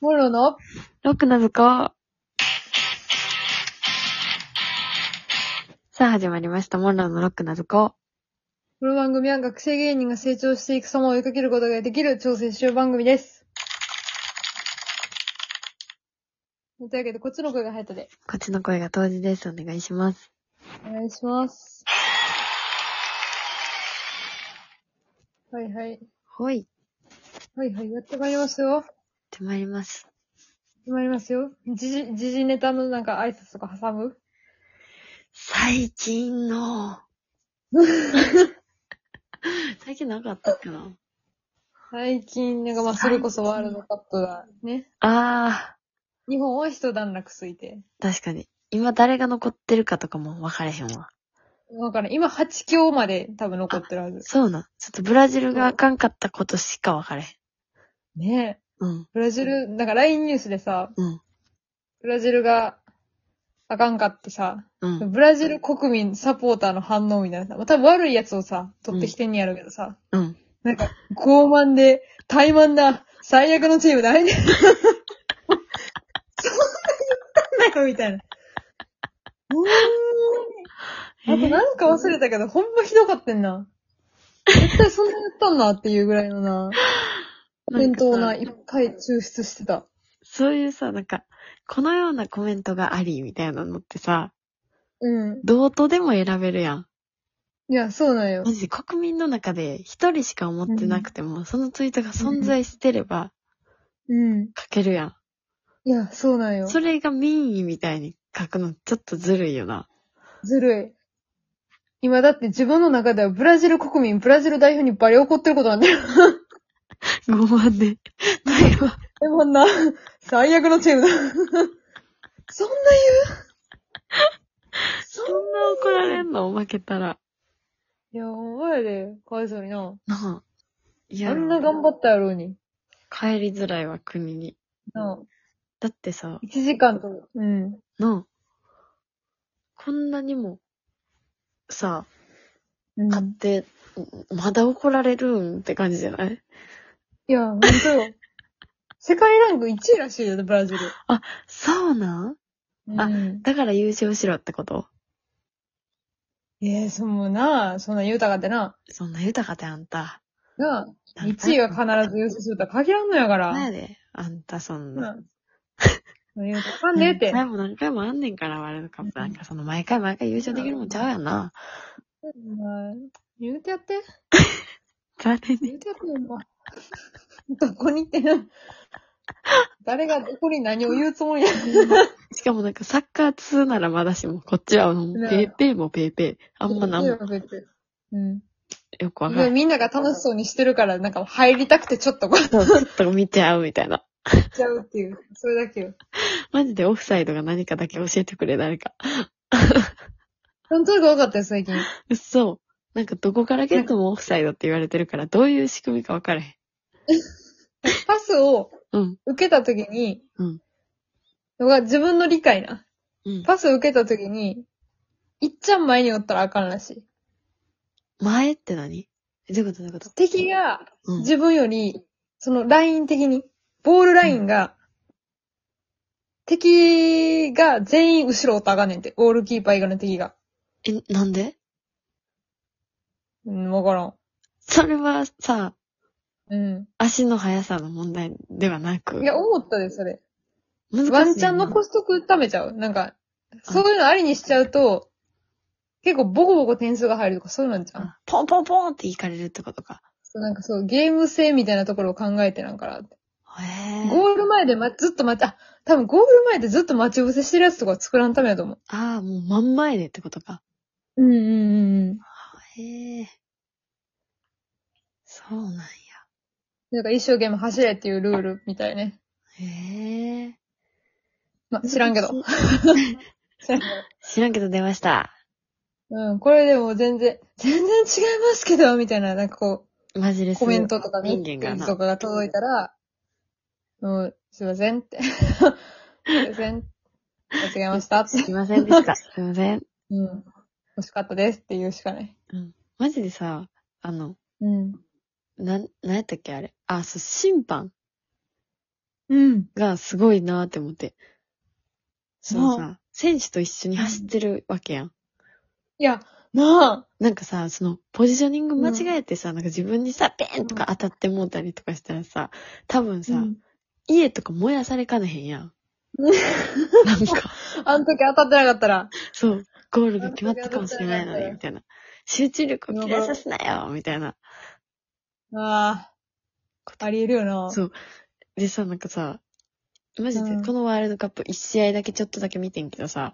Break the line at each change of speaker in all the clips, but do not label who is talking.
モロの
ロックの図工。さあ、始まりました。モンローのロックな図工。
この番組は学生芸人が成長していく様を追いかけることができる挑戦集番組です。というわけで、こっちの声が入ったで。
こっちの声が当時です。お願いします。
お願いします。はいはい。
ほい。
は
行っ
いはい。やってまいりますよ。やって
まいります。
てまいりますよ。時事、時事ネタのなんか挨拶とか挟む
最近の。 最近なんかあったっけな
最近、なんかまあ、それこそワールドカップがね、
あ
日本は一段落ついて。
ー、確かに。今誰が残ってるかとかも分かれへんわ。
だからん今8強まで多分残ってるはず。
そうなん。ちょっとブラジルがあかんかったことしか分かれへん。
ねえ。
うん。
ブラジル、なんか LINE ニュースでさ、
うん。
ブラジルがあかんかってさ、
うん。
ブラジル国民サポーターの反応みたいなさ、多分悪いやつをさ、取ってきてんねやろうけどさ、
うん。
なんか傲慢で、怠慢だ、最悪のチームだ、あれそんな 言ったんだよ、みたいな。うーん。あとなんか忘れたけど、ほんまひどかったんな。絶対そんな言ったんなっていうぐらいのな、コメントをな、いっぱい抽出してた。
そういうさ、なんか、このようなコメントがあり、みたいなのってさ、
うん。
どうとでも選べるやん。
いや、そうなんよ
マ。ジで国民の中で一人しか思ってなくても、そのツイートが存在してれば
うん。
書けるや
いや、そうなんよ
ん。。それが民意みたいに書くのちょっとずるいよな。
ずるい。今だって自分の中ではブラジル国民、ブラジル代表にバリ怒ってることなんだよ。
5万で。ないわ。
え、こんな、最悪のチームだ。 そんな
そんな怒られんの負けたら。
言ういや、お前で、かわいそうにな。
なあ。いや、
あんな頑張ったやろうに。
帰りづらいわ、国に。
なあ、
だってさ、
1時間と、うん。
なあ。こんなにも、さ
うん
買って、まだ怒られるんって感じじゃない
いや、ほんとよ。 世界ランク1位らしいよね、ブラジル。
そうなんあ
うん
だから優勝しろってこと
えー、そのなあ、そんな言うたかってな。
そんな豊かであんた。
なあ。1位が必ず優勝するとは限らんのやから。
なんやで、あんたそん
う
な。
ん。何言うかわかんねえって。
何回も何回もあんねんから、ワールドカップ。なんかその毎回毎回優勝できるもんちゃうやんな。
お前言うてやって。
誰に
言うてやってよ、お前。 どこに行ってん誰がどこに何を言うつもりや。
しかもなんかサッカー2ならまだしも、こっちはもう
な
ペーペーもペーペー。あんまなんも
別にうん。
よくわか
で
らん。
みんなが楽しそうにしてるから、なんか入りたくてちょっとこうやっ
そうちょっ と見ちゃうみたいな。
ちゃうっていう。それだけよ。
マジでオフサイドが何かだけ教えてくれ、誰か。
なんとなく分かったよ、最近。
嘘。なんかどこからゲットもオフサイドって言われてるから、どういう仕組みかわからへん。
パスを
うん。
受けた時に、
うん
のが自分の理解な。
うん。
パスを受けた時に、いっちゃん前におったらあかんらしい。
前って何えどういうことどういうこと
敵が、
うん。
自分より、そのライン的に、ボールラインが、敵が全員後ろをたがんねんて、ゴールキーパー以外の敵が。
え、なんで
うん、わからん。
それはさ、
う
足の速さの問題ではなく。
ん。いや、思ったで、それ。
難しいな
ワンチャン残しとくためちゃう。なんか、そういうのありにしちゃうと、結構ボコボコ点数が入るとかそういうのじゃん。
あポンポンポンっていかれるってことか。
そうなんかそう、ゲーム性みたいなところを考えてなんかなって。
へえ。
ゴール前でま、ずっと待ち、あ、多分ゴール前でずっと待ち伏せしてるやつとかは作らんためだと思う。
ああ、もう真ん前でってことか。
うんうんうんうん。
へえ。そうなんや。
なんか一生懸命走れっていうルールみたいね。
へえ。
まあ、知らんけど。
難し
知らんけ
い。知らんけど出ました。
ど。うん、これでも全然、全然違いますけど、みたいな、なんかこ
マジレ
う、
ス。
コメントとかメッセ
人間が
ージ
な
とかが届いたら、もう、すいませんって。すいません。間違えましたって。
すいませんでした。すいません。
うん。惜しかったですって言うしかない。
マジでさ、あの、
うん。
なん、なんやったっけあれ。あ、そう、審判。
うん。
がすごいなって思って。その
な
さ、選手と一緒に走ってるわけやん。
いや、なあ。
なんかさ、その、ポジショニング間違えてさ、なんか自分にさ、ペーンとか当たってもうたりとかしたらさ、多分さ、
うん
家とか燃やされかねへんや ん。なんか、
あの時当たってなかったら。
そう、ゴールが決まったかもしれないのに、みたいな。集中力を切れさせなよみたいな。
ああ。ありえるよな。
そうでさ、なんかさ、マジで
うん
このワールドカップ1試合だけちょっとだけ見てんけどさ、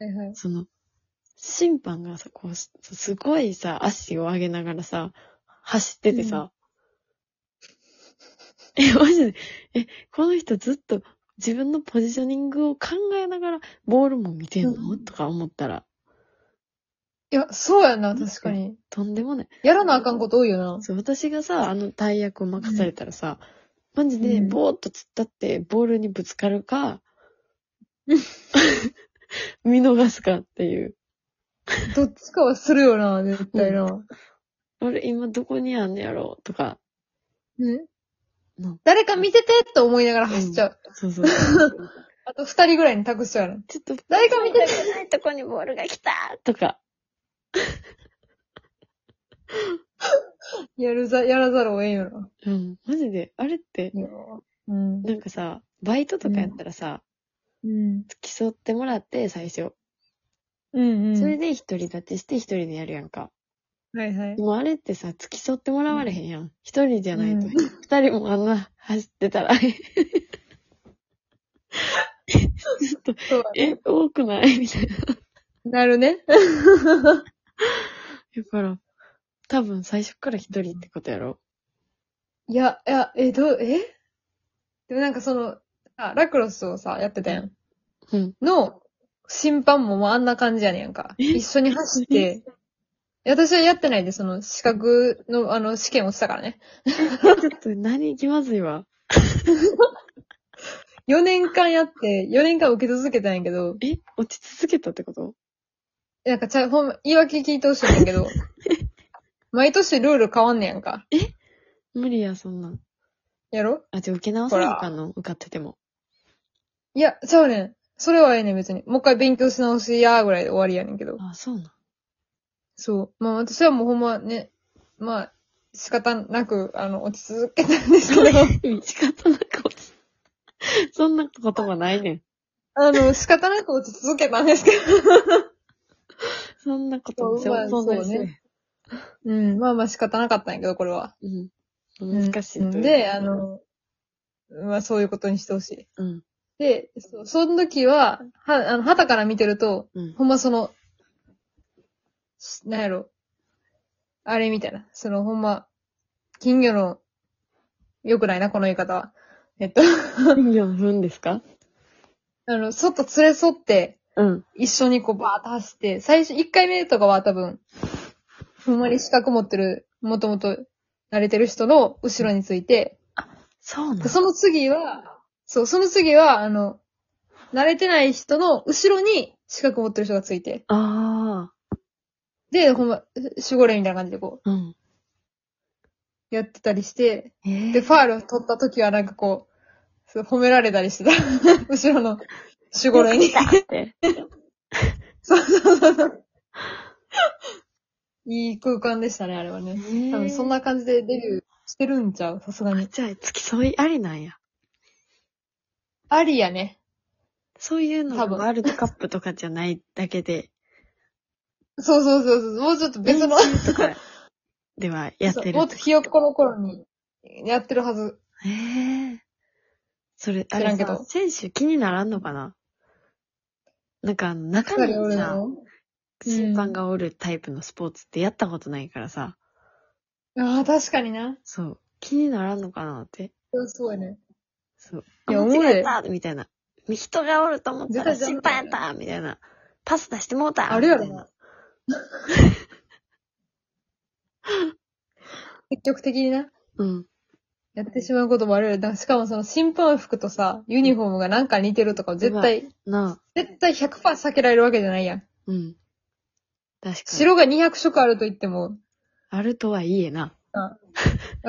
はいはい。
その、審判がさ、こう、すすごいさ、足を上げながらさ、走っててさ、え、マジで、え、この人ずっと自分のポジショニングを考えながら、ボールも見てんの、
うん
とか思ったら、
いや、そうやんな、確かに。
とんでもない。
やらなあかんこと多いよな。
そう、私がさ、あの大役を任されたらさ、マジで、
うん
ぼーっと突っ立って、ボールにぶつかるか、 見逃すかっていう。
どっちかはするよな、絶対な。
俺、今どこにあんのやろうとか、
ね
うん。
誰か見ててと思いながら走っちゃう。
そうそう。 ち
あと二人ぐらいに託しちゃうな。
ょっと、
誰か見てて
ないとこにボールが来たとか。
やるざ、やらざるを得んよな。
うん、マジで。あれって、
いやうん。
なんかさ、バイトとかやったらさ、
うん。
競ってもらって、最初。
うんうん。
それで一人立ちして一人でやるやんか。
はいはい
で。もあれってさ、付き添ってもらわれへんやん。一、人じゃないと。
うん
二、人もあんな走ってたら、ちょっと、
そうだ
え、多くないみたいな。
なるね。
だから、多分最初から一人ってことやろ。
いや、いや、え、どう、えでもなんかその、あ、ラクロスをさ、やってたやん。
うん。
の、審判ももうあんな感じやねんか。
え
一緒に走って。いや私はやってないで、その、資格の、あの、試験をしたからね。
ちょっと何気まずいわ。
4年間やって、4年間受け続けたんやけど、
え、落ち続けたってこと
なんかちゃ、ほんま、言い訳聞いてほしいんだけ ど、毎年ルール変わんねやんか。
無理や、そんなん。
やろ
あ、じゃあ受け直さなあかんの受かってても。
いや、ちゃうねん。それはええねん、別に。もう一回勉強し直しやーぐらいで終わりやねんけど。
あ、そうなん。
そう。まあ私はもうほんまね、まあ、仕方なく、あの、落ち続けたんですけど、
仕方なく落ち。そんなことはないねん。
あの、仕方なく落ち続けたんですけど、
そんなこと
そうまあ
そんなに
そう
せえ
ねうん、まあまあ仕方なかったんやけど、これは。
うん。
うん
難しい
う
というんか。
で、あの、まあそういうことにしてほしい。
うん。
で、そうその時は、は、あの、旗から見てると、
うん。
ほんまその、しなんやろ、あれみたいな。そのほんま、金魚の、良くないな、この言い方は。えっと、
金魚の糞ですか
あの、外連れ添って、
うん。
一緒にこうバーッと走って、最初、一回目とかは多分、ふんわり資格持ってる、もともと慣れてる人の後ろについて、
そうなん
でその次は、そう、その次は、あの、慣れてない人の後ろに資格持ってる人がついて、
あ
で、ほんま、守護霊みたいな感じでこ
あ。うん。
う、やってたりして、
えー
で、ファールを取った時はなんかこう、そう褒められたりしてた。 後ろの守護霊 に。
って。
そうそうそうそう。いい空間でしたね、あれはね。 多分そん
な。
な感じでデビューしてるんちゃうさすがに。
じゃあ、付き添いありなんや。
ありやね。
そういうのが
多分
ワールドカップとかじゃないだけで、
そうそうそうそう。もうちょっと別の、
とかではやってる
もっ。とひよっこの頃にやってるはず。
ええそれ、あ
知ら
れ
んけ
さ
ど、
選手気にならんのかななんかあの、中身に
俺
さ、
のうん
審判がおるタイプのスポーツってやったことないからさ、
ああ、確かにな。
そう、気にならんのかなって。
そうそうやね。
そう。
いや
あ
おもろい
間違えたみたいな。人がおると思ったら
絶対
審
ダメだよ
判やったみたいな。パス出してもうた
あるやろ
みたい
な。積極的にな。
うん。
やってしまうこともあるよ。だからしかもその審判服とさ、ユニフォームがなんか似てるとか絶対、
なあ。
絶対100%避けられるわけじゃないやん。
うん。確かに。
白が200色あると言っても、
あるとはいえな。
あ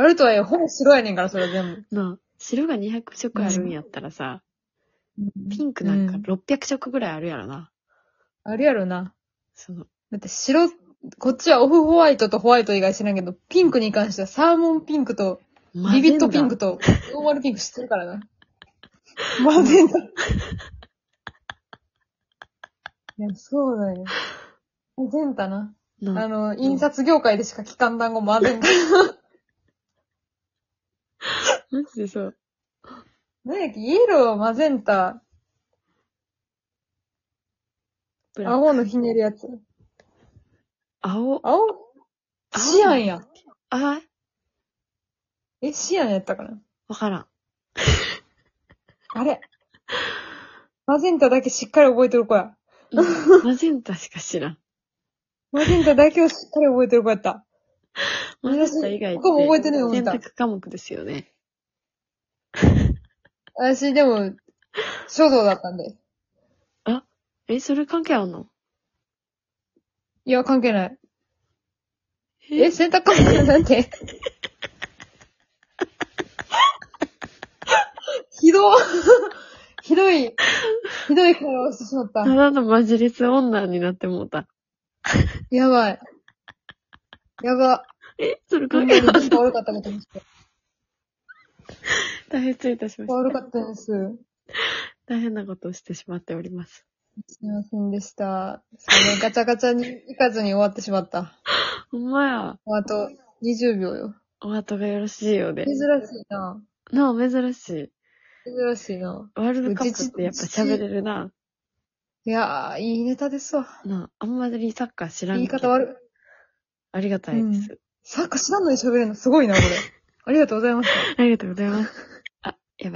るとはいえ、ほぼ白やねんから、それは全部。
なあ。白が200色あるんやったらさ、ピンクなんか600色ぐらいあるやろな。
あるやろな。
その、
だって白、こっちはオフホワイトとホワイト以外知らんけど、ピンクに関してはサーモンピンクと、ビビットピンク
と。
と、ノーマルピンク知ってるからな。混ぜんだ。いや、そうだよ。混ぜんだな。
な
あの、印刷業界でしか聞かん単語混ぜんだ。
マジでそう。
何やっけ、イエロー、マゼンタ、
ブラ
青のひねるやつ。
青、
青シアンや。
あ、
え、シアンやったかな
わからん。
あれ。マゼンタだけしっかり覚えてる子や。
マジンタしか知らん。
マゼンタだけをしっかり覚えてる子やった。
マジンタ以外って。
僕も覚えてるよ
選
見た
択科目ですよね。
私、でも、書道だったんで。
え、それ関係あんの
いや、関係ない。え、選択科目なんてひどひどい、ひどい会話をしてしまった
た。だのマジレス女になってもうた。
やばい。やば。
え、それ
こ
関
ん
係
な
あん
に口
の
が悪かったことにして。
大変失礼いたしました。
悪かったです。
大変なことをしてしまっております。
すいませんでした。そのガチャガチャに行かずに終わってしまった。
ほんまや。
あと20秒よ。
お後がよろしいようで
珍。しいな。
なあ、珍しい。
珍しいな。
ワールドカップってやっぱ喋れるな。
いやー、いいネタですわ。
なあ、あんまりサッカー知らん
言
け
い
ど
方悪い。
ありがたいです。
サッカー知らんのに喋れるのすごいな、これ。ありがとうございます。
ありがとうございます。あ、やばい。